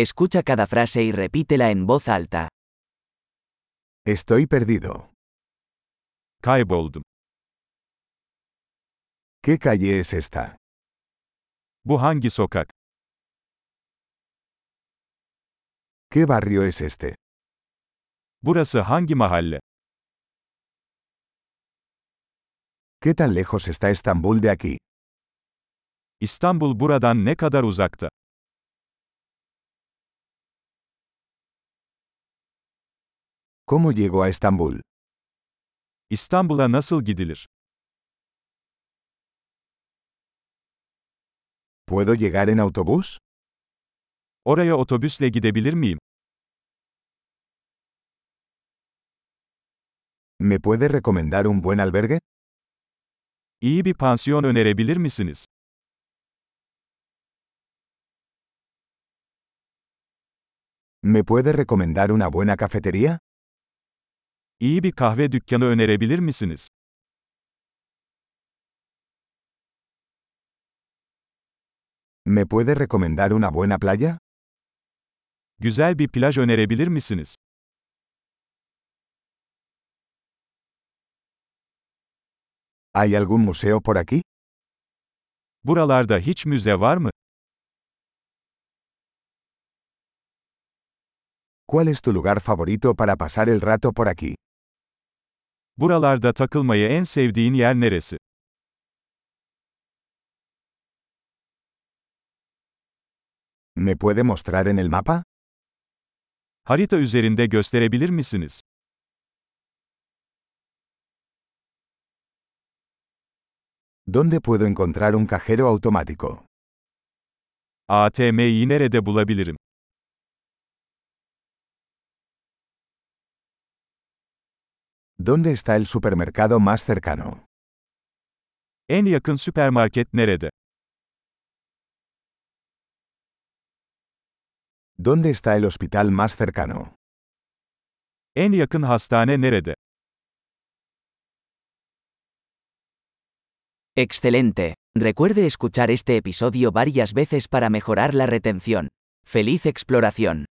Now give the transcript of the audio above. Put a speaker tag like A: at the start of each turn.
A: Escucha cada frase y repítela en voz alta.
B: Estoy perdido.
C: Kayboldum.
B: ¿Qué calle es esta?
C: Bu hangi sokak?
B: ¿Qué barrio es este?
C: Burası hangi mahalle?
B: ¿Qué tan lejos está Estambul de aquí?
C: İstanbul buradan ne kadar uzakta?
B: ¿Cómo llego a Estambul?
C: İstanbul'a nasıl gidilir?
B: ¿Puedo llegar en autobús?
C: Oraya otobüsle gidebilir miyim?
B: ¿Me puede recomendar un buen albergue?
C: İyi bir pansiyon önerebilir misiniz?
B: ¿Me puede recomendar una buena cafetería?
C: İyi bir kahve dükkanı önerebilir misiniz?
B: ¿Me puede recomendar una buena playa?
C: Güzel bir plaj önerebilir misiniz?
B: ¿Hay algún museo por aquí?
C: Buralarda hiç müze var mı?
B: ¿Cuál es tu lugar favorito para pasar el rato por aquí?
C: Buralarda takılmayı en sevdiğin yer neresi?
B: ¿Me puede mostrar en el mapa?
C: Harita üzerinde gösterebilir misiniz?
B: ¿Dónde puedo encontrar un cajero automático?
C: ATM'yi nerede bulabilirim?
B: ¿Dónde está el supermercado más cercano?
C: En yakın süpermarket nerede?
B: ¿Dónde está el hospital más cercano?
C: En yakın hastane nerede?
A: Excelente. Recuerde escuchar este episodio varias veces para mejorar la retención. ¡Feliz exploración!